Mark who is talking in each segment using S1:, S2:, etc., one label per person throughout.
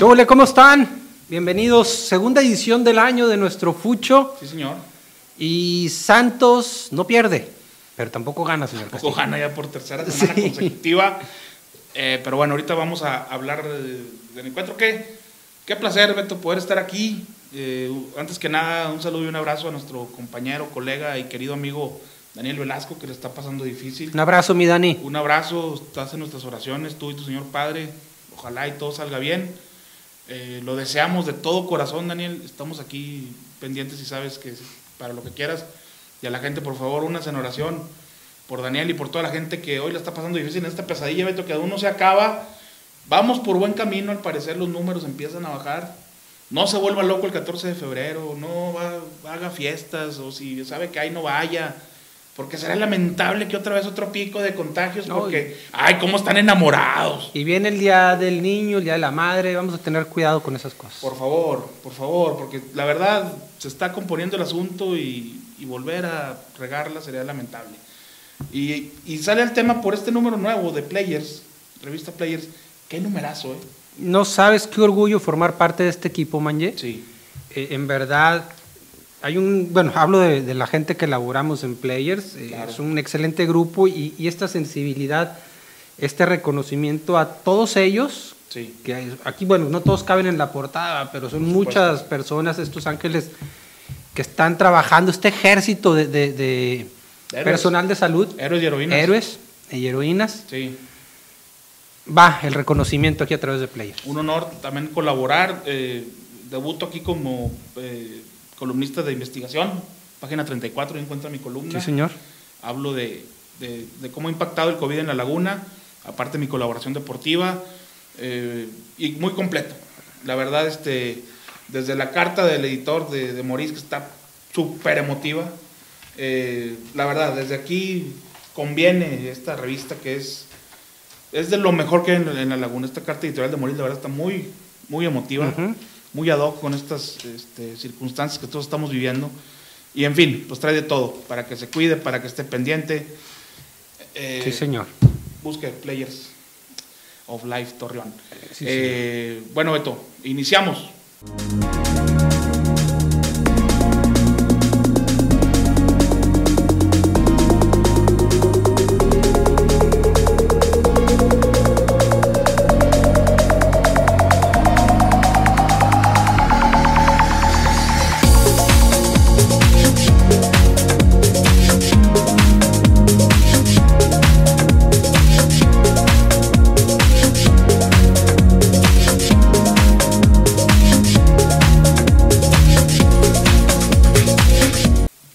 S1: Hola, ¿cómo están? Bienvenidos, segunda edición del año de nuestro Fucho.
S2: Sí, señor.
S1: Y Santos no pierde, pero tampoco gana, señor
S2: Poco
S1: Castillo.
S2: gana ya por tercera semana
S1: Sí.
S2: consecutiva. Eh, pero bueno, ahorita vamos a hablar de- del encuentro. ¿Qué, qué placer, Beto, poder estar aquí. Eh, antes que nada, un saludo y un abrazo a nuestro compañero, colega y querido amigo Daniel Velasco, que le está pasando difícil.
S1: Un abrazo, mi Dani.
S2: Un abrazo, estás en nuestras oraciones, tú y tu Señor Padre. Ojalá y todo salga bien. Eh, lo deseamos de todo corazón, Daniel. Estamos aquí pendientes y sabes que es para lo que quieras. Y a la gente, por favor, unas en oración por Daniel y por toda la gente que hoy la está pasando difícil en esta pesadilla, Beto, que aún no se acaba. Vamos por buen camino, al parecer los números empiezan a bajar. No se vuelva loco el 14 de febrero, no va- haga fiestas, o si sabe que ahí no vaya, porque será lamentable que otra vez otro pico de contagios,
S1: No, y-
S2: porque, ay, cómo están enamorados.
S1: Y viene el día del niño, el día de la madre, vamos a tener cuidado con esas cosas.
S2: Por favor, por favor, porque la verdad se está componiendo el asunto y, y volver a regarla sería lamentable. Y, y sale el tema por este número nuevo de Players, revista Players. Qué numerazo, ¿eh?
S1: No sabes qué orgullo formar parte de este equipo, Manje.
S2: Sí.
S1: Eh, en verdad, hay un, bueno, hablo de, de la gente que laboramos en Players, eh,
S2: Claro.
S1: es un excelente grupo y, y esta sensibilidad, este reconocimiento a todos ellos,
S2: Sí.
S1: que hay- aquí, bueno, no todos caben en la portada, pero son
S2: supuesto.
S1: muchas personas, estos ángeles que están trabajando, este ejército de, de- de
S2: Héroes.
S1: personal de salud,
S2: Héroes y heroínas.
S1: héroes y heroínas,
S2: Sí.
S1: va el reconocimiento aquí a través de Players.
S2: Un honor también colaborar. eh, debuto aquí como eh, columnista de investigación. Página 34, ahí encuentra mi columna.
S1: Sí, señor.
S2: hablo de, de- de cómo ha impactado el COVID en la laguna, aparte mi colaboración deportiva, eh, y muy completo. La verdad, este, desde la carta del editor de, de Maurice, que está súper emotiva, eh, la verdad, desde aquí conviene esta revista que es, es de lo mejor que hay en, en la laguna. Esta carta editorial de Maurice, la verdad, está muy, muy emotiva
S1: Ujú.
S2: muy ad hoc con estas este, circunstancias que todos estamos viviendo. Y en fin, pues trae de todo, para que se cuide, para que esté pendiente. Eh,
S1: Sí, señor.
S2: Busque Players of Life Torreón.
S1: Sí,
S2: Eh, bueno, Beto, iniciamos.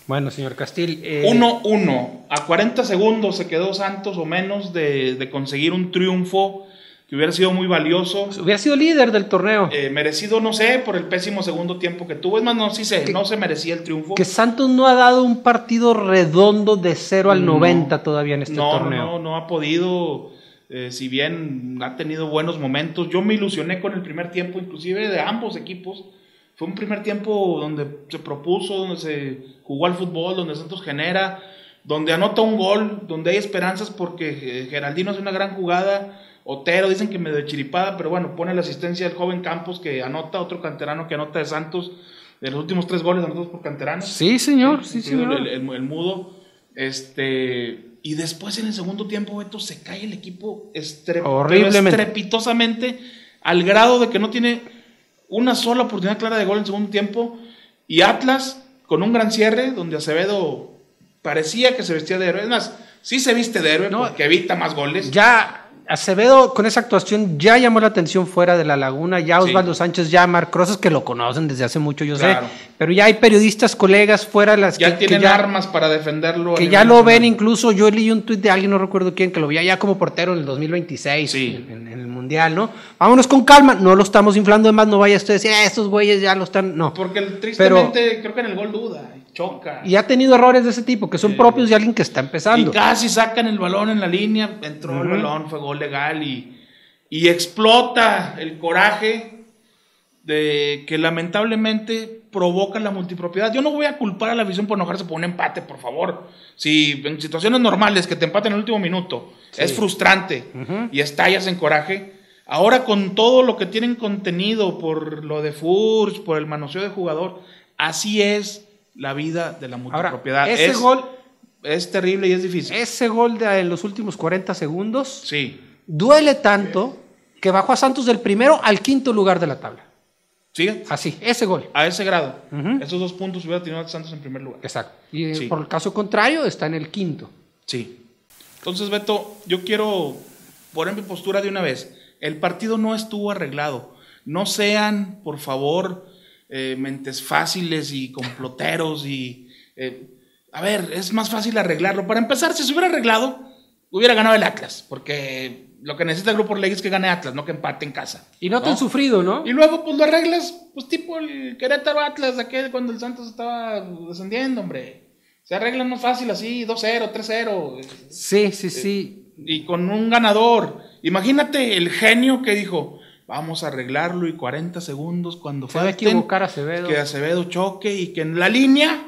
S1: Bueno, señor Castil. eh,
S2: 1-1. A 40 segundos se quedó Santos o menos de, de conseguir un triunfo que hubiera sido muy valioso.
S1: Hubiera sido líder del torneo.
S2: Eh, merecido, no sé, por el pésimo segundo tiempo que tuvo. Es más, no, sí sé,
S1: Que-
S2: no se merecía el triunfo.
S1: que Santos no ha dado un partido redondo de 0 al
S2: No.
S1: 90 todavía en este
S2: no,
S1: torneo.
S2: No, no ha podido, eh, si bien ha tenido buenos momentos. Yo me ilusioné con el primer tiempo, inclusive de ambos equipos. Fue un primer tiempo donde se propuso, donde se jugó al fútbol, donde Santos genera, donde anota un gol, donde hay esperanzas porque eh, Geraldino hace una gran jugada. Otero, dicen que medio de chiripada, pero bueno, pone la asistencia del joven Campos que anota, otro canterano que anota de Santos. De los últimos tres goles anotados por canteranos.
S1: Sí, señor, sí,
S2: Incluido
S1: señor.
S2: El, el- el mudo. Este. Y después en el segundo tiempo, Beto, se cae el equipo estre-
S1: Horriblemente.
S2: pero estrepitosamente al grado de que no tiene una sola oportunidad clara de gol en el segundo tiempo. Y Atlas, con un gran cierre, donde Acevedo parecía que se vestía de héroe. Es más, sí se viste de héroe
S1: No.
S2: porque evita más goles.
S1: Ya Acevedo con esa actuación ya llamó la atención fuera de la laguna, ya
S2: Sí.
S1: Osvaldo Sánchez, ya Marcrosas, que lo conocen desde hace mucho, yo
S2: Claro.
S1: sé, pero ya hay periodistas, colegas fuera de las
S2: ya
S1: que, que
S2: tienen
S1: ya-
S2: armas para defenderlo. a
S1: que
S2: nivel
S1: ya lo ven,
S2: nacional.
S1: incluso yo leí un tuit de alguien, no recuerdo quién, que lo veía ya como portero en el 2026,
S2: Sí.
S1: en, en el Mundial, ¿no? Vámonos con calma, no lo estamos inflando, además no vaya usted a decir, "Ah, estos güeyes ya lo están, no.
S2: Porque el- tristemente creo que en el gol duda, choca.
S1: Y ha tenido errores de ese tipo, que son
S2: Eh,
S1: propios de alguien que está
S2: Y
S1: empezando.
S2: casi sacan el balón en la línea, entró el
S1: Ujú.
S2: balón, fue gol legal y, y explota el coraje de que lamentablemente provoca la multipropiedad. Yo no voy a culpar a la afición por enojarse por un empate, por favor. Si en situaciones normales que te empaten en el último minuto es frustrante
S1: Ujú.
S2: y estallas en coraje, Ahora con todo lo que tienen contenido por lo de Furs, por el manoseo de jugador, así es la vida de la
S1: Ahora,
S2: multipropiedad.
S1: ese
S2: es,
S1: gol,
S2: es terrible y es difícil.
S1: ese gol de en los últimos 40 segundos
S2: Sí,
S1: duele tanto que bajó a Santos del primero al quinto lugar de la tabla.
S2: sí,
S1: Así, ese gol.
S2: a ese grado.
S1: Ujú.
S2: Esos dos puntos hubiera tenido a Santos en primer lugar.
S1: Exacto. Y eh,
S2: Sí.
S1: por el caso contrario, está en el quinto.
S2: Sí. Entonces, Beto, yo quiero poner mi postura de una vez. El partido no estuvo arreglado. No sean, por favor, eh, mentes fáciles y comploteros y... eh, a ver, es más fácil arreglarlo. Para empezar, si se hubiera arreglado, hubiera ganado el Atlas, porque lo que necesita el Grupo Orlegui es que gane Atlas, no que empate en casa.
S1: Y no, tan
S2: ¿No?
S1: sufrido, ¿no?
S2: Y luego, pues lo arreglas, pues tipo el Querétaro Atlas, de aquel cuando el Santos estaba descendiendo, hombre. Se arreglan no fácil así, 2-0, 3-0, eh,
S1: Sí, sí, sí.
S2: y con un ganador. Imagínate el genio que dijo, vamos a arreglarlo y 40 segundos cuando
S1: Se va a
S2: Eh, falten,
S1: equivocar Acevedo.
S2: que Acevedo choque y que en la línea,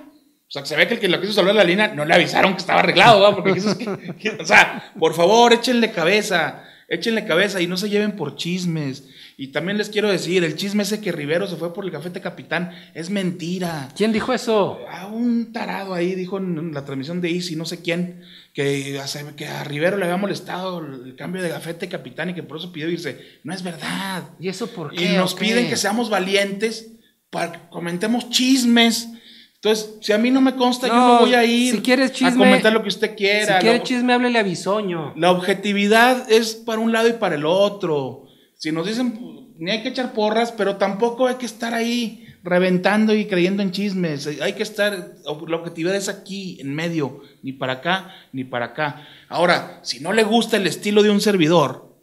S2: o sea, que se ve que el que lo quiso salvar la línea no le avisaron que estaba arreglado, ¿verdad? Porque quiso que- que- o sea, por favor, échenle cabeza, échenle cabeza y no se lleven por chismes. Y también les quiero decir, el chisme ese que Rivero se fue por el cafete capitán es mentira.
S1: ¿Quién dijo eso?
S2: A un tarado ahí dijo en la transmisión de Easy, no sé quién, que, hace- que a Rivero le había molestado el cambio de gafete capitán y que por eso pidió irse. No es verdad.
S1: ¿Y eso por
S2: Y
S1: qué?
S2: nos
S1: o qué?
S2: piden que seamos valientes para que comentemos chismes. Entonces, si a mí no me consta, yo
S1: No,
S2: no voy a ir
S1: si quiere
S2: a
S1: chisme-
S2: comentar lo que usted quiera.
S1: Si quiere
S2: La-
S1: chisme, háblele a Bisoño.
S2: la objetividad es para un lado y para el otro. Si nos dicen, pu- ni hay que echar porras, pero tampoco hay que estar ahí reventando y creyendo en chismes. Hay que estar, la objetividad es aquí, en medio, ni para acá, ni para acá. Ahora, si no le gusta el estilo de un servidor,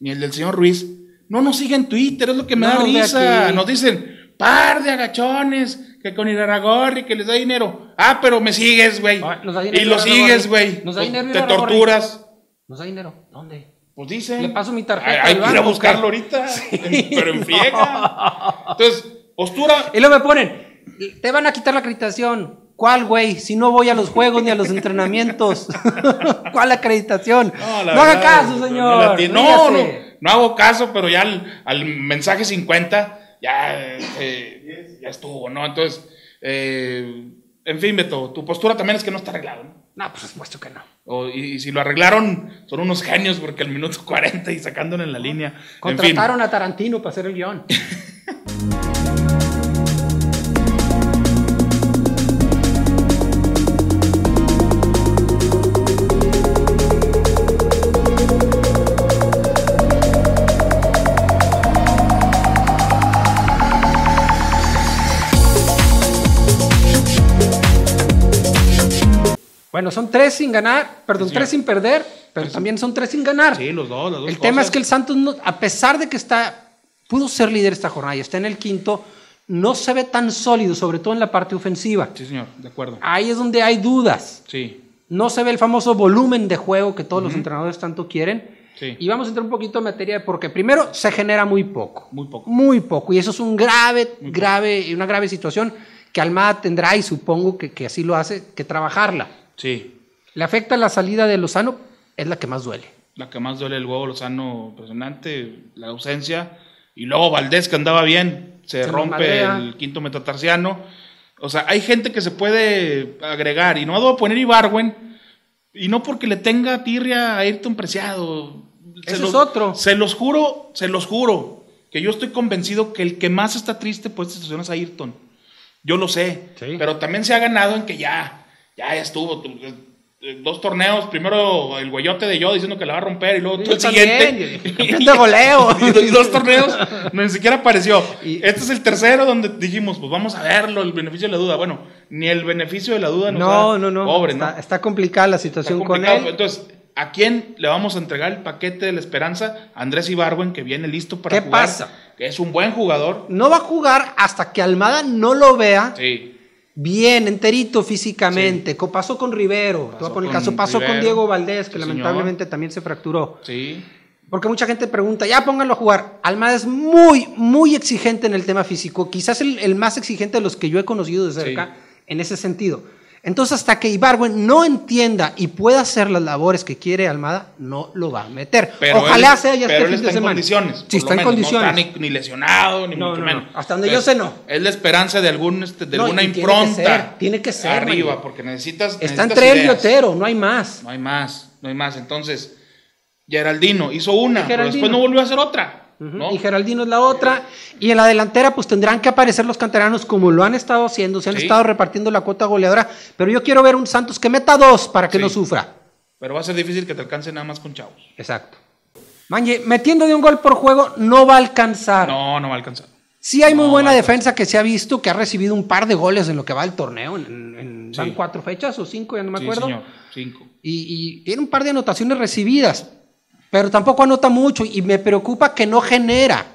S2: ni el del señor Ruiz, no nos siguen en Twitter, es lo que me da
S1: No, ve
S2: risa.
S1: aquí.
S2: Nos dicen, par de agachones, que con Iraragorri, que les da dinero. Ah, pero me sigues, güey.
S1: Ah, nos da dinero
S2: Y lo
S1: Iraragorri.
S2: sigues, güey.
S1: Nos da
S2: Pues,
S1: dinero
S2: Te
S1: Iraragorri.
S2: torturas.
S1: ¿Nos da dinero? ¿Dónde?
S2: Pues dice.
S1: Le paso mi tarjeta
S2: Hay,
S1: al
S2: hay que ir a
S1: banco,
S2: buscarlo
S1: ¿qué?
S2: ahorita. en- pero en friega. Entonces, postura.
S1: Y luego me ponen, te van a quitar la acreditación. ¿Cuál, güey? Si no voy a los juegos ni a los entrenamientos. ¿Cuál acreditación? No,
S2: la
S1: haga
S2: verdad,
S1: caso,
S2: No,
S1: señor.
S2: la tiene. no, no,
S1: Ríase.
S2: no hago caso, pero ya al, al mensaje 50, ya, eh, ya estuvo, ¿no? Entonces, eh, en fin, Beto, tu postura también es que no está arreglado, ¿no?
S1: No, pues, por supuesto que no.
S2: O- y, y si lo arreglaron, son unos genios porque al minuto 40 y sacándole en la línea. En fin.
S1: Contrataron a Tarantino para hacer el guión. Bueno, son tres sin ganar, perdón,
S2: Sí,
S1: tres sin perder, pero
S2: Tres-
S1: también son tres sin ganar.
S2: Sí, los dos, las dos
S1: El tema
S2: cosas.
S1: es que el Santos, no- a pesar de que está, pudo ser líder esta jornada y está en el quinto, no se ve tan sólido, sobre todo en la parte ofensiva.
S2: Sí, señor, de acuerdo.
S1: Ahí es donde hay dudas.
S2: Sí,
S1: No se ve el famoso volumen de juego que todos los entrenadores tanto quieren.
S2: Sí.
S1: Y vamos a entrar un poquito en materia de porque primero se genera muy poco.
S2: muy poco.
S1: Muy poco. Y eso es un grave, grave, una grave situación que Almada tendrá, y supongo que, que así lo hace, que trabajarla.
S2: Sí.
S1: Le afecta la salida de Lozano, es la que más duele.
S2: La que más duele el huevo Lozano, impresionante, la ausencia. Y luego Valdés, que andaba bien, se,
S1: Se lo
S2: rompe
S1: madrea.
S2: el quinto metatarsiano. O sea, hay gente que se puede agregar. Y no voy a poner Ibarwen, y no porque le tenga tirria a Ayrton Preciado.
S1: Ese es otro.
S2: Se los juro, se los juro, que yo estoy convencido que el que más está triste por esta situación es Ayrton. Yo lo sé,
S1: Sí.
S2: pero también se ha ganado en que ya, ya estuvo. tú, eh, Dos torneos, primero el güeyote de yo diciendo que la va a romper y luego tú
S1: Yo
S2: el
S1: también,
S2: siguiente.
S1: yo dije, campeón de voleo.
S2: y, y dos torneos, ni siquiera apareció.
S1: Y-
S2: este es el tercero donde dijimos, pues vamos a verlo, el beneficio de la duda. Bueno, ni el beneficio de la duda nos
S1: No,
S2: da.
S1: no, no.
S2: Pobre, ¿no?
S1: está, está complicada la
S2: Está
S1: situación con
S2: complicado.
S1: él.
S2: Entonces, ¿a quién le vamos a entregar el paquete de la esperanza? A Andrés Ibarwen, que viene listo para
S1: ¿Qué
S2: jugar.
S1: pasa?
S2: Que es un buen jugador.
S1: No va a jugar hasta que Almada no lo vea
S2: Sí.
S1: bien, enterito físicamente. Co- Pasó con Rivero, te voy a
S2: Pasó
S1: poner el
S2: con
S1: caso. Pasó con
S2: Rivero.
S1: Diego Valdés, que
S2: Sí, señor.
S1: lamentablemente también se fracturó.
S2: Sí.
S1: Porque mucha gente pregunta, ya pónganlo a jugar. Almada es muy, muy exigente en el tema físico. Quizás el, el más exigente de los que yo he conocido de cerca en ese sentido. Entonces, hasta que Ibarwen no entienda y pueda hacer las labores que quiere Almada, no lo va a meter.
S2: Pero
S1: Ojalá
S2: él-
S1: sea ya este
S2: pero él
S1: fin de
S2: está en
S1: semana.
S2: condiciones.
S1: Sí,
S2: por
S1: está
S2: lo
S1: en
S2: menos, no
S1: condiciones.
S2: está ni, ni lesionado, ni
S1: No,
S2: mucho
S1: no,
S2: menos.
S1: no. Hasta donde yo sé, no.
S2: Es la esperanza de, algún, este, de
S1: No,
S2: alguna
S1: y tiene que
S2: impronta.
S1: ser, tiene que ser,
S2: Arriba,
S1: Mario.
S2: porque necesitas.
S1: Está
S2: necesitas
S1: entre él y
S2: ideas.
S1: Otero, no hay más.
S2: No hay más, no hay más. Entonces, Geraldino hizo una,
S1: Y
S2: pero después
S1: Geraldino.
S2: no volvió a hacer otra.
S1: Ujú.
S2: ¿no?
S1: Y Geraldino es la otra. Y en la delantera, pues tendrán que aparecer los canteranos como lo han estado haciendo. Se han
S2: Sí.
S1: estado repartiendo la cuota goleadora. Pero yo quiero ver un Santos que meta dos para que
S2: Sí.
S1: no sufra.
S2: Pero va a ser difícil que te alcance nada más con chavos.
S1: Exacto. Manje, metiendo de un gol por juego no va a alcanzar.
S2: No, no va a alcanzar.
S1: Sí hay muy
S2: No,
S1: buena
S2: vale.
S1: defensa que se ha visto, que ha recibido un par de goles en lo que va el torneo. En, en- van
S2: Sí.
S1: cuatro fechas o cinco, ya no me
S2: Sí,
S1: acuerdo.
S2: señor. Cinco.
S1: Y, y tiene un par de anotaciones recibidas, pero tampoco anota mucho y me preocupa que no genera.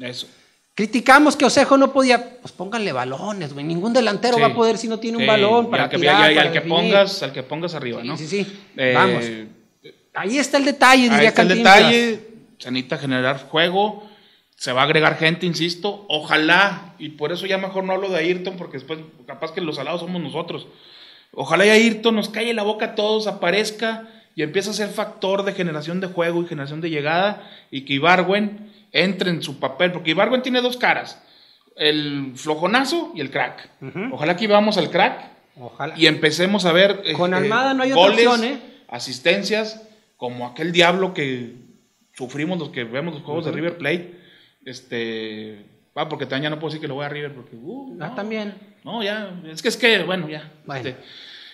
S2: Eso.
S1: Criticamos que Osejo no podía, pues pónganle balones, güey. Ningún delantero
S2: Sí.
S1: va a poder si no tiene un
S2: Sí, y
S1: balón para
S2: al que,
S1: tirar,
S2: y- y
S1: para
S2: al que
S1: definir.
S2: pongas, al que pongas arriba, ¿no?
S1: Sí, sí, sí.
S2: Eh,
S1: Vamos. Ahí está el detalle, diría
S2: Ahí está el
S1: Cantinflas.
S2: detalle. Se necesita generar juego. Se va a agregar gente, insisto. Ojalá, y por eso ya mejor no hablo de Ayrton, porque después capaz que los alados somos nosotros. Ojalá y Ayrton nos calle la boca a todos, aparezca y empiece a ser factor de generación de juego y generación de llegada. Y que Ibarwen entre en su papel, porque Ibarwen tiene dos caras: el flojonazo y el crack.
S1: Ujú.
S2: Ojalá que vamos al crack
S1: Ojalá.
S2: y empecemos a ver eh,
S1: Con
S2: eh,
S1: Almada no hay otra
S2: goles,
S1: opción, ¿eh?
S2: asistencias, como aquel diablo que sufrimos los que vemos los juegos
S1: Ujú.
S2: de River Plate. Este, va, porque también ya no puedo decir que lo voy a River porque uh,
S1: Ah,
S2: no,
S1: también.
S2: No, ya, es que es que bueno, ya.
S1: Bueno.
S2: este,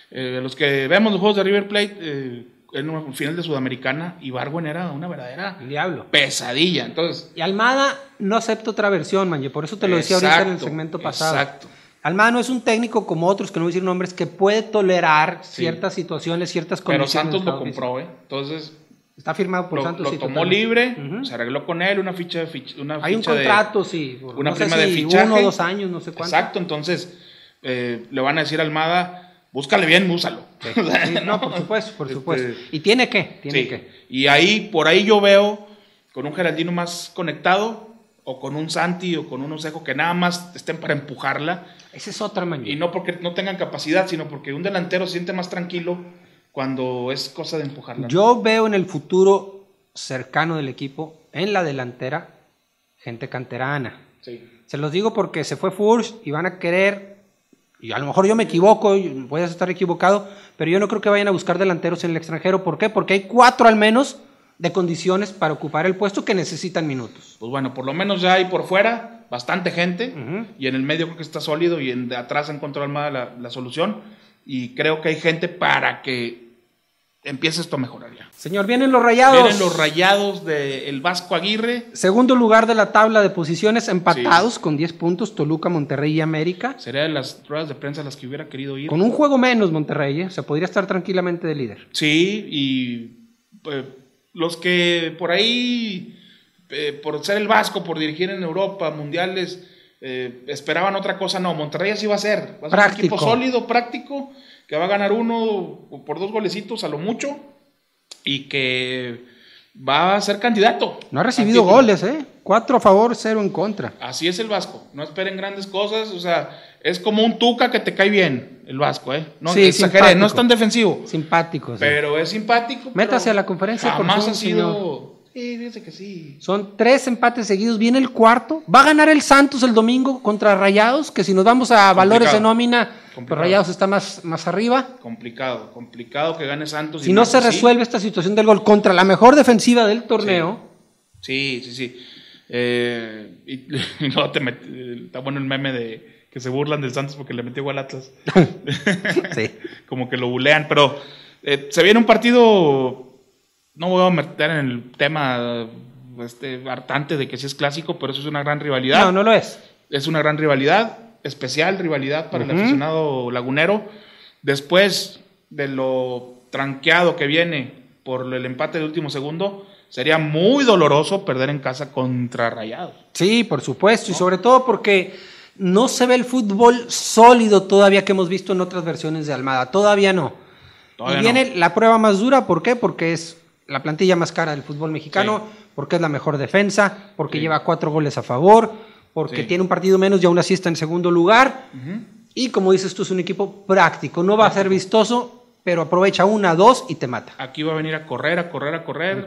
S2: eh, los que vemos los juegos de River Plate eh, en un final de Sudamericana y era una verdadera
S1: El diablo.
S2: pesadilla, entonces
S1: Y Almada no acepta otra versión, Manje. Por eso te lo decía ahorita en el
S2: Exacto,
S1: segmento pasado.
S2: exacto.
S1: Almada no es un técnico como otros, que no voy a decir nombres, que puede tolerar
S2: Sí.
S1: ciertas situaciones, ciertas
S2: pero
S1: condiciones.
S2: Santos
S1: de
S2: lo
S1: estado
S2: compró, ¿eh? Entonces,
S1: físico. Está firmado por
S2: lo,
S1: Santos.
S2: lo
S1: sí,
S2: tomó
S1: totalmente.
S2: libre,
S1: Ujú.
S2: se arregló con él, una ficha, de fich- una
S1: Hay un
S2: ficha de-
S1: contrato, sí. por-
S2: una
S1: no sé
S2: firma de
S1: si
S2: fichaje.
S1: Uno o dos años, no sé cuánto.
S2: Exacto, entonces eh, le van a decir a Almada, búscale bien, úsalo.
S1: Sí, sí, no, por supuesto, por
S2: Este,
S1: supuesto. Y tiene que, tiene
S2: sí.
S1: que.
S2: Y ahí, por ahí yo veo con un Geraldino más conectado, o con un Santi, o con un Osejo que nada más estén para empujarla,
S1: Esa es otra manera.
S2: y no porque no tengan capacidad, sino porque un delantero se siente más tranquilo cuando es cosa de empujarla. ¿no?
S1: Yo veo en el futuro cercano del equipo, en la delantera, gente canterana.
S2: Sí.
S1: Se los digo porque se fue Furch y van a querer, y a lo mejor yo me equivoco, y voy a estar equivocado, pero yo no creo que vayan a buscar delanteros en el extranjero. ¿Por qué? Porque hay cuatro al menos de condiciones para ocupar el puesto que necesitan minutos.
S2: Pues bueno, por lo menos ya hay por fuera bastante gente.
S1: Ujú.
S2: Y en el medio creo que está sólido y en, de atrás encontró Almada la, la solución. Y creo que hay gente para que empiece esto a mejorar ya.
S1: Señor, vienen los rayados.
S2: Vienen los rayados del Vasco Aguirre.
S1: Segundo lugar de la tabla de posiciones, empatados con 10 puntos, Toluca, Monterrey y América.
S2: Sería de las ruedas de prensa a las que hubiera querido ir.
S1: Con un juego menos Monterrey, ¿eh? se podría estar tranquilamente de líder.
S2: Sí, y eh, los que por ahí, eh, por ser el Vasco, por dirigir en Europa, mundiales, eh, esperaban otra cosa. No, Monterrey así va a ser. Va a ser un
S1: Práctico.
S2: equipo sólido, práctico, que va a ganar uno o por dos golecitos a lo mucho y que va a ser candidato.
S1: No ha
S2: al
S1: recibido
S2: título.
S1: goles, ¿eh? 4 a favor, 0 en contra.
S2: Así es el Vasco. No esperen grandes cosas. O sea, es como un tuca que te cae bien el Vasco, ¿eh? No
S1: Sí,
S2: exageré, no es
S1: simpático.
S2: tan defensivo.
S1: Simpáticos. ¿eh?
S2: Pero es simpático.
S1: Métase
S2: pero
S1: a la conferencia de
S2: Jamás
S1: Corazón,
S2: ha sido. Sí, fíjese que sí.
S1: Son tres empates seguidos, viene el cuarto. Va a ganar el Santos el domingo contra Rayados, que si nos vamos a valores de nómina, pues
S2: Complicado.
S1: Rayados está más, más arriba.
S2: Complicado, complicado que gane Santos. y
S1: Si no
S2: más
S1: se
S2: así.
S1: resuelve esta situación del gol contra la mejor defensiva del torneo,
S2: Sí, sí, sí. Eh, y, y luego te met- está bueno el meme de que se burlan del Santos porque le metió igual Atlas.
S1: sí.
S2: Como que lo bulean, pero eh, se viene un partido. No voy a meter en el tema este, hartante de que si es clásico, pero eso es una gran rivalidad.
S1: no, no lo es.
S2: es una gran rivalidad, especial rivalidad para el
S1: Ujú.
S2: aficionado lagunero. Después de lo tranqueado que viene por el empate de último segundo, sería muy doloroso perder en casa contra Rayados.
S1: Sí, por supuesto, y sobre todo porque no se ve el fútbol sólido todavía que hemos visto en otras versiones de Almada, todavía no.
S2: Todavía
S1: y
S2: no.
S1: viene la prueba más dura, ¿por qué? Porque es la plantilla más cara del fútbol mexicano, porque es la mejor defensa, porque
S2: Sí.
S1: lleva cuatro goles a favor, porque
S2: Sí.
S1: tiene un partido menos y aún así está en segundo lugar.
S2: Ujú.
S1: Y como dices tú, es un equipo práctico. No va a ser vistoso, pero aprovecha una, dos y te mata.
S2: Aquí va a venir a correr, a correr, a correr.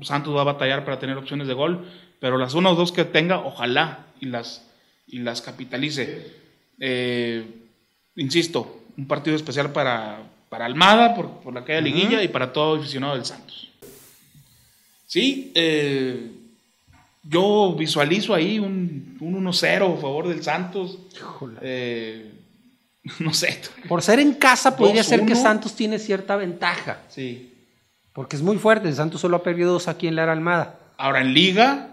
S2: Santos va a batallar para tener opciones de gol, pero las una o dos que tenga, ojalá y las, y las capitalice. Eh, insisto, un partido especial para, para Almada, por, por la calle Liguilla, y para todo aficionado del Santos. Sí, eh, yo visualizo ahí un, un 1-0 a favor del Santos. Eh, no sé.
S1: Por ser en casa, podría
S2: Dos,
S1: ser que
S2: uno.
S1: Santos tiene cierta ventaja.
S2: Sí.
S1: Porque es muy fuerte. El Santos solo ha perdido dos aquí en la era Almada.
S2: Ahora en Liga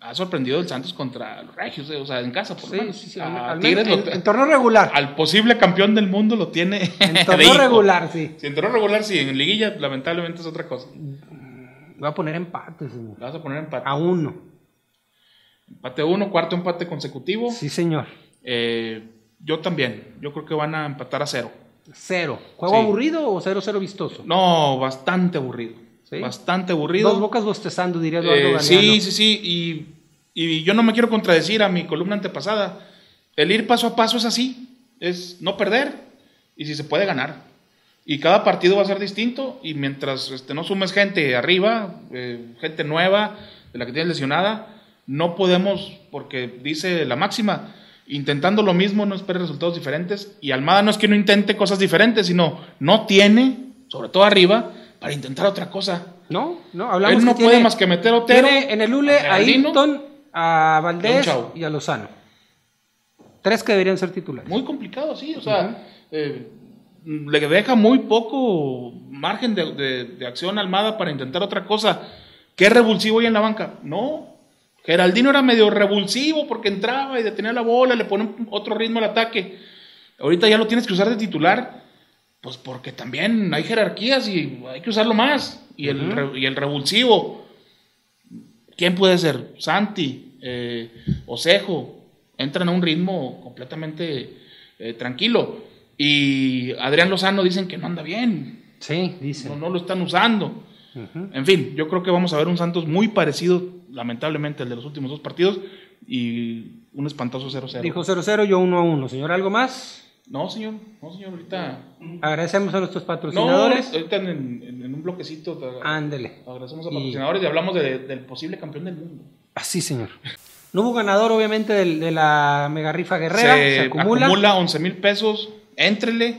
S2: ha sorprendido el Santos contra los Regios, eh, o sea, en casa por lo
S1: Sí,
S2: menos.
S1: sí, sí,
S2: A
S1: al- al
S2: Tigres
S1: menos
S2: lo-
S1: en, en torneo regular.
S2: al posible campeón del mundo lo tiene. de
S1: En torneo
S2: hijo.
S1: regular, sí.
S2: Si en torneo regular sí, en liguilla lamentablemente es otra cosa.
S1: Voy a poner empate, señor.
S2: Le vas a poner empate.
S1: A uno.
S2: Empate uno, cuarto empate consecutivo.
S1: Sí, señor.
S2: Eh, yo también. Yo creo que van a empatar a cero.
S1: Cero. ¿Juego
S2: Sí.
S1: aburrido o cero, cero vistoso?
S2: No, bastante aburrido.
S1: Sí.
S2: Bastante aburrido.
S1: Dos bocas bostezando, diría Eduardo
S2: Eh,
S1: Galeano.
S2: sí, sí, sí. Y, y yo no me quiero contradecir a mi columna antepasada. El ir paso a paso es así. Es no perder y si se puede ganar. Y cada partido va a ser distinto y mientras este, no sumes gente arriba, eh, gente nueva, de la que tienes lesionada, no podemos, porque dice la máxima, intentando lo mismo no esperes resultados diferentes. Y Almada no es que no intente cosas diferentes, sino no tiene, sobre todo arriba, para intentar otra cosa.
S1: No, no, hablamos
S2: Él no
S1: que
S2: puede
S1: tiene-
S2: más que meter a Otero,
S1: Tiene en el Lule
S2: a
S1: a
S2: Geraldino,
S1: Hilton, a Valdés
S2: y a un chavo.
S1: y a Lozano. Tres que deberían ser titulares.
S2: Muy complicado, sí. O sea,
S1: Ujú.
S2: eh, le deja muy poco margen de, de- de acción a Almada para intentar otra cosa. ¿Qué revulsivo hay en la banca? No. Geraldino era medio revulsivo porque entraba y detenía la bola, le pone un- otro ritmo al ataque. Ahorita ya lo tienes que usar de titular, pues porque también hay jerarquías y hay que usarlo más. Y, el,
S1: Ujú.
S2: re- y el revulsivo, ¿quién puede ser? Santi, eh, Osejo, entran a un ritmo completamente eh, tranquilo. Y Adrián Lozano dicen que no anda bien,
S1: Sí, dicen.
S2: no, no lo están usando.
S1: Ujú.
S2: En fin, yo creo que vamos a ver un Santos muy parecido, lamentablemente, al de los últimos dos partidos y un espantoso 0-0.
S1: Dijo 0-0, yo 1-1. Señor, ¿algo más?
S2: No, señor, no, señor, ahorita.
S1: Agradecemos a nuestros
S2: No, eh,
S1: patrocinadores.
S2: ahorita en, en- en un bloquecito. te-
S1: Ándele.
S2: Agradecemos a
S1: Y-
S2: patrocinadores y hablamos de- del posible campeón del mundo.
S1: Así, señor. No hubo ganador, obviamente, del- de, la mega rifa guerrera. Se, acumula.
S2: 11 mil pesos. Éntrele.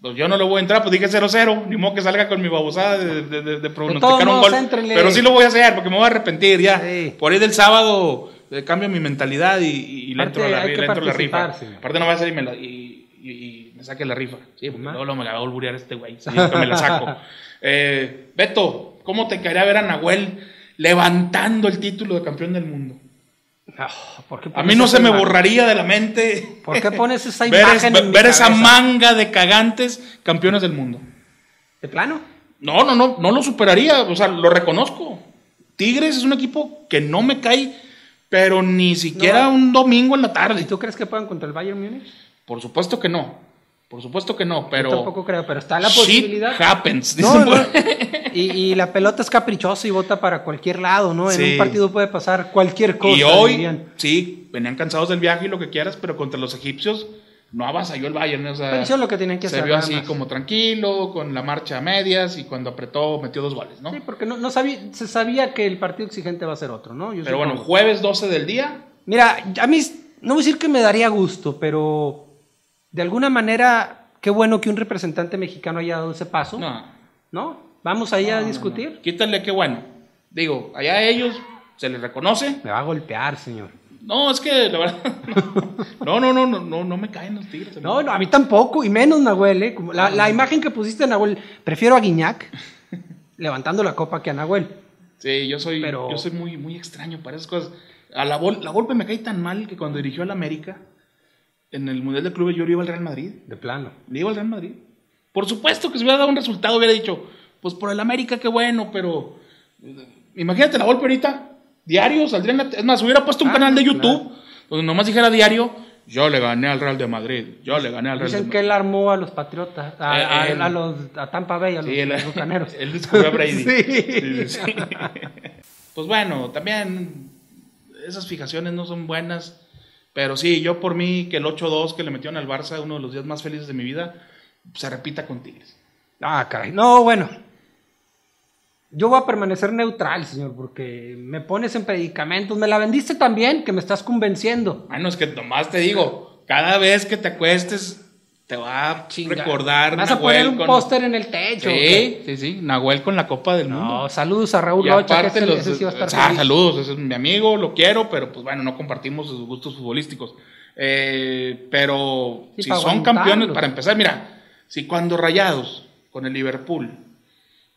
S2: Pues yo no le voy a entrar, pues dije 0-0. Ni modo que salga con mi babosada de, de- de- de
S1: todos
S2: pronosticar un
S1: modos,
S2: gol.
S1: éntrele.
S2: Pero sí lo voy a hacer porque me voy a arrepentir ya.
S1: Sí.
S2: Por ahí del sábado eh, cambio mi mentalidad y, y- y le
S1: Aparte,
S2: entro a la,
S1: hay
S2: ri-
S1: que
S2: le entro a la rifa.
S1: participar, señor.
S2: Aparte no va a ser y me, la- y- y- y me saque la rifa. Sí, porque
S1: Ajá.
S2: luego me la va a volver este güey. sí, nunca me la saco. Eh, Beto, ¿cómo te caería ver a Nahuel levantando el título de campeón del mundo?
S1: Ah, ¿por qué
S2: A
S1: pones
S2: mí no
S1: esa
S2: se me
S1: imagen?
S2: borraría de la mente
S1: ¿Por qué pones esa
S2: ver,
S1: imagen?
S2: es-
S1: en
S2: ver-
S1: mi
S2: ver esa
S1: cabeza?
S2: manga de cagantes campeones del mundo.
S1: ¿De plano?
S2: No, no, no, no lo superaría, o sea, lo reconozco. Tigres es un equipo que no me cae, pero ni siquiera
S1: No.
S2: un domingo en la
S1: ¿Y
S2: tarde.
S1: tú crees que puedan contra el Bayern Múnich?
S2: Por supuesto que no, por supuesto que no, pero
S1: Yo tampoco creo, pero está la
S2: shit
S1: posibilidad.
S2: happens.
S1: No,
S2: dicen por-
S1: no. Y, y la pelota es caprichosa y bota para cualquier lado, ¿no? En
S2: Sí.
S1: un partido puede pasar cualquier cosa.
S2: Y hoy, eh,
S1: dirían.
S2: sí, venían cansados del viaje y lo que quieras, pero contra los egipcios no avasalló el Bayern. O sea,
S1: Pero hicieron lo que tenían que
S2: se
S1: hacer,
S2: vio
S1: nada
S2: así
S1: más.
S2: como tranquilo, con la marcha a medias y cuando apretó metió dos goles, ¿no?
S1: Sí, porque no, no sabía, se sabía que el partido exigente va a ser otro, ¿no? Yo
S2: Pero bueno,
S1: supongo.
S2: jueves 12 del día,
S1: Mira, a mí no voy a decir que me daría gusto, pero de alguna manera, qué bueno que un representante mexicano haya dado ese paso, ¿no?
S2: no.
S1: Vamos ahí a
S2: no, no,
S1: discutir.
S2: no. Quítale qué bueno. Digo, allá a ellos se les reconoce.
S1: Me va a golpear, señor.
S2: No, es que la verdad. No, no, no, no, no, no me caen los tigres.
S1: No, no, a mí tampoco, y menos Nahuel, ¿eh? Como La, la imagen que pusiste, Nahuel, prefiero a Guiñac levantando la copa que a Nahuel.
S2: Sí, yo soy,
S1: Pero-
S2: yo soy muy, muy extraño para esas cosas. A la, Vol- la golpe me cae tan mal que cuando dirigió al América, en el Mundial de Clubes, yo le iba al Real Madrid.
S1: De plano.
S2: Le iba al Real Madrid. Por supuesto que si hubiera dado un resultado, hubiera dicho, pues por el América, qué bueno, pero eh, imagínate la golpe ahorita, diario, saldría en la te- Es más, hubiera puesto un
S1: Ah,
S2: canal de
S1: claro.
S2: YouTube donde nomás dijera diario, yo le gané al Real de Madrid, yo le gané al Real de
S1: Dicen
S2: Madrid.
S1: que él armó a los Patriotas, a, a-
S2: Eh, él.
S1: a los, a Tampa Bay, a los
S2: Sí, él,
S1: bucaneros.
S2: él descubrió a Brady.
S1: Sí.
S2: Sí, sí, sí. pues bueno, también esas fijaciones no son buenas, Pero sí, yo por mí, que el 8-2 que le metieron al Barça, uno de los días más felices de mi vida, se repita con Tigres.
S1: Ah, caray. No, bueno. Yo voy a permanecer neutral, señor, porque me pones en predicamentos. Me la vendiste también, que me estás convenciendo.
S2: Ah, no, es que nomás te digo, cada vez que te acuestes, te va a
S1: Chinga.
S2: recordar
S1: ¿Vas a poner un
S2: con-
S1: póster en el techo? o
S2: Sí,
S1: qué?
S2: sí, sí, Nahuel con la Copa del Mundo.
S1: No, saludos a Raúl
S2: Y
S1: Rocha, que
S2: aparte
S1: ese,
S2: los-
S1: ese sí va a estar
S2: ah,
S1: feliz.
S2: saludos, ese es mi amigo, lo quiero, pero pues bueno, no compartimos sus gustos futbolísticos. Eh, pero
S1: Sí,
S2: si
S1: para
S2: son
S1: aguantarlos.
S2: campeones, para empezar, mira, si cuando Rayados con el Liverpool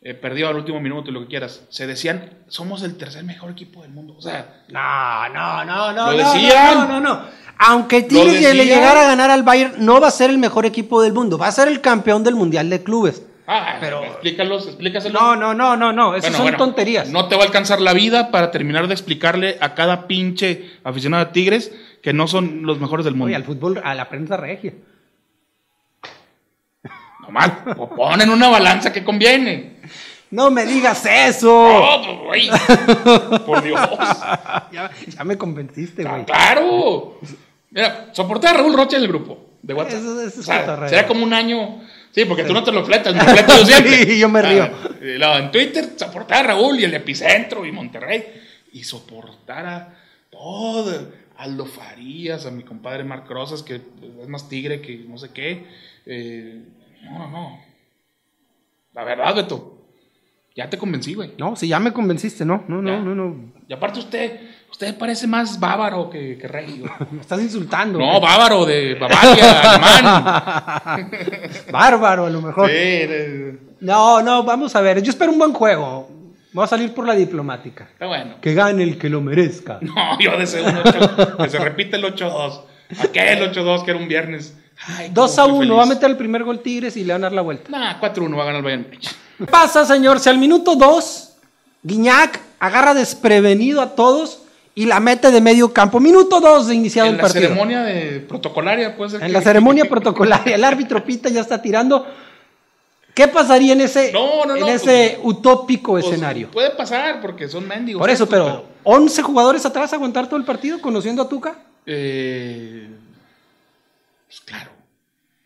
S2: eh, perdió al último minuto y lo que quieras, se decían, somos el tercer mejor equipo del mundo. O sea,
S1: No, no, no, no. no,
S2: Lo decían.
S1: No, no, no. Aunque Tigres
S2: decían.
S1: le llegara a ganar al Bayern, no va a ser el mejor equipo del mundo. Va a ser el campeón del Mundial de Clubes.
S2: ah,
S1: Pero-
S2: explícalos, explícaselos.
S1: No, no, no, no, no. Esas
S2: Bueno,
S1: son
S2: bueno,
S1: tonterías.
S2: No te va a alcanzar la vida para terminar de explicarle a cada pinche aficionado a Tigres que no son los mejores del
S1: Oye,
S2: mundo.
S1: al fútbol, a la prensa regia.
S2: Nomás, pues, ponen una balanza que conviene.
S1: No me digas eso.
S2: ¡Oh, güey! Por Dios.
S1: ya, ya me convenciste, güey.
S2: Ah, ¡Claro! Mira, soporté a Raúl Rocha en el grupo de WhatsApp.
S1: Eso- eso es
S2: O sea,
S1: cotorreo.
S2: será como un año. Sí, porque tú no te lo fletas, me lo fleto yo siempre.
S1: Sí, yo me río.
S2: Ah, y luego en Twitter soportar a Raúl y el epicentro y Monterrey. Y soportar a todo. Aldo Farías, a mi compadre Marc Rosas, que es más tigre que no sé qué. Eh, no, no, no. La verdad, Beto. Ya te convencí, güey.
S1: No, si ya me convenciste, no, no, no,
S2: Ya.
S1: no, no.
S2: Y aparte usted, usted parece más bávaro que, que regio.
S1: Me estás insultando.
S2: No,
S1: güey.
S2: bávaro de Bavaria, alemán.
S1: Bárbaro, a lo mejor.
S2: Sí, de-
S1: No, no, vamos a ver. Yo espero un buen juego. Voy a salir por la diplomática.
S2: está bueno.
S1: Que gane el que lo merezca.
S2: No, yo deseo un 8, que se repite el 8-2. Aquel 8-2 que era un viernes. Ay,
S1: 2 a
S2: cómo fui
S1: 1, va a
S2: feliz.
S1: meter el primer gol Tigres y le van a dar la vuelta.
S2: Nah, 4-1 va a ganar el Bayern.
S1: ¿Qué pasa, señor? Si al minuto 2, Guiñac agarra desprevenido a todos y la mete de medio campo. Minuto 2 de iniciado
S2: En
S1: el
S2: la
S1: partido.
S2: ceremonia de protocolaria, puede ser.
S1: En
S2: que-
S1: la ceremonia protocolaria, el árbitro pita ya está tirando. ¿Qué pasaría en ese,
S2: No, no,
S1: en
S2: no,
S1: ese utópico
S2: pues,
S1: escenario?
S2: Puede pasar porque son mendigos.
S1: Por eso,
S2: estos,
S1: pero 11 jugadores atrás aguantar todo el partido conociendo a Tuca.
S2: Eh, pues claro.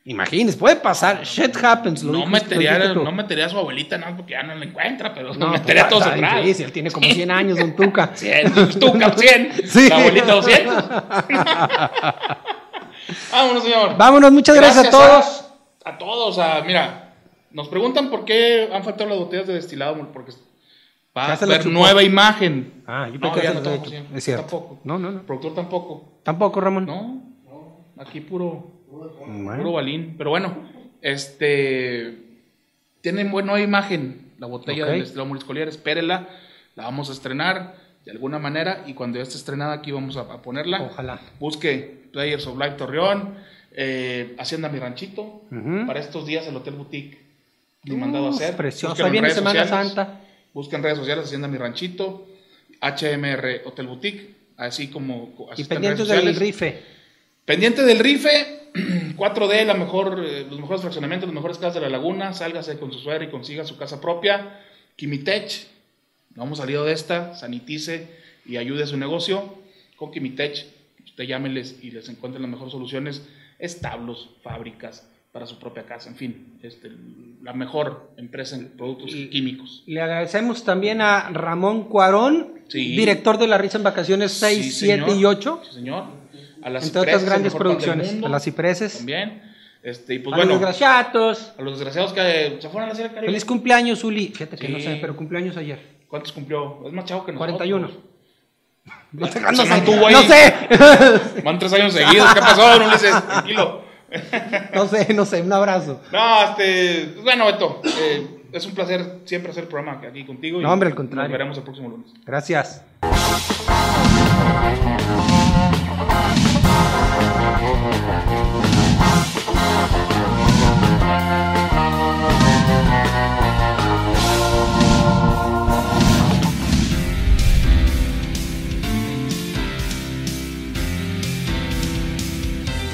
S1: Imagínense, puede pasar. Shit happens. lo
S2: No
S1: dijo- este
S2: metería,
S1: lo dijo
S2: no
S1: Tuca.
S2: metería a su abuelita, nada, porque ya no la encuentra, pero
S1: No,
S2: no, metería a
S1: pues,
S2: todos
S1: está
S2: atrás.
S1: difícil, tiene como 100 años Don Tuca.
S2: 100, tú, cap 100,
S1: Sí.
S2: la abuelita 200. Vámonos, señor.
S1: Vámonos, muchas gracias, a todos.
S2: A, a todos, a- mira, nos preguntan por qué han faltado las botellas de destilado, porque va
S1: Ya
S2: a
S1: se las
S2: ser
S1: chupó.
S2: nueva imagen.
S1: Ah, yo pensé
S2: no,
S1: que se
S2: ya
S1: las
S2: no
S1: había
S2: tomamos,
S1: hecho.
S2: señor.
S1: Es cierto.
S2: Tampoco.
S1: No, no, no.
S2: El productor tampoco.
S1: Tampoco, Ramón.
S2: No, aquí puro,
S1: Bueno.
S2: puro balín. Pero bueno, este, tienen buena imagen la botella
S1: Ok.
S2: del destilado Moriscolier, espérela, la vamos a estrenar de alguna manera y cuando ya esté estrenada aquí vamos a, a ponerla.
S1: Ojalá.
S2: Busque Players of Life Torreón, eh, Hacienda Mi Ranchito,
S1: Ujú.
S2: para estos días el Hotel Boutique que he
S1: Uh,
S2: mandado a hacer.
S1: Precioso.
S2: Búsquenlo
S1: Ahí
S2: en
S1: viene
S2: redes
S1: Semana
S2: sociales.
S1: Santa.
S2: Busquen redes sociales Hacienda Mi Ranchito, HMR Hotel Boutique, así como... co- así
S1: Y
S2: está en redes
S1: pendientes del
S2: sociales.
S1: rife.
S2: Pendiente del rife, 4D, la mejor, eh, los mejores fraccionamientos, las mejores casas de la laguna, sálgase con su suegra y consiga su casa propia. Quimitech, no hemos salido de esta, sanitice y ayude a su negocio. Con Quimitech, usted llámeles y les encuentren las mejores soluciones, establos, fábricas para su propia casa, en fin, este, la mejor empresa en productos
S1: Y-
S2: químicos.
S1: Le agradecemos también a Ramón Cuarón,
S2: Sí.
S1: director de La Risa en Vacaciones 6,
S2: Sí,
S1: 7
S2: señor.
S1: y 8.
S2: Sí, señor. A las
S1: Entre otras
S2: Cipreses, el
S1: grandes
S2: mejor pan del
S1: producciones.
S2: mundo,
S1: A las E cipreses.
S2: También. Este, y pues
S1: a
S2: bueno.
S1: los graciatos.
S2: A los desgraciados que se fueron a la Sierra del Caribe.
S1: Feliz cumpleaños, Uli. Fíjate que no
S2: Sí.
S1: sé, pero cumpleaños ayer.
S2: ¿Cuántos cumplió? Es más chavo que nosotros.
S1: 41. pues. No sé,
S2: Se
S1: no sé,
S2: mantuvo ahí.
S1: no sé,
S2: Van tres años seguidos. ¿Qué pasó, No Ulises? Tranquilo.
S1: no sé, no sé, un abrazo.
S2: No, este. pues Bueno, Beto. eh, es un placer siempre hacer el programa aquí contigo. y
S1: No, hombre, al contrario.
S2: Nos veremos el próximo lunes.
S1: Gracias.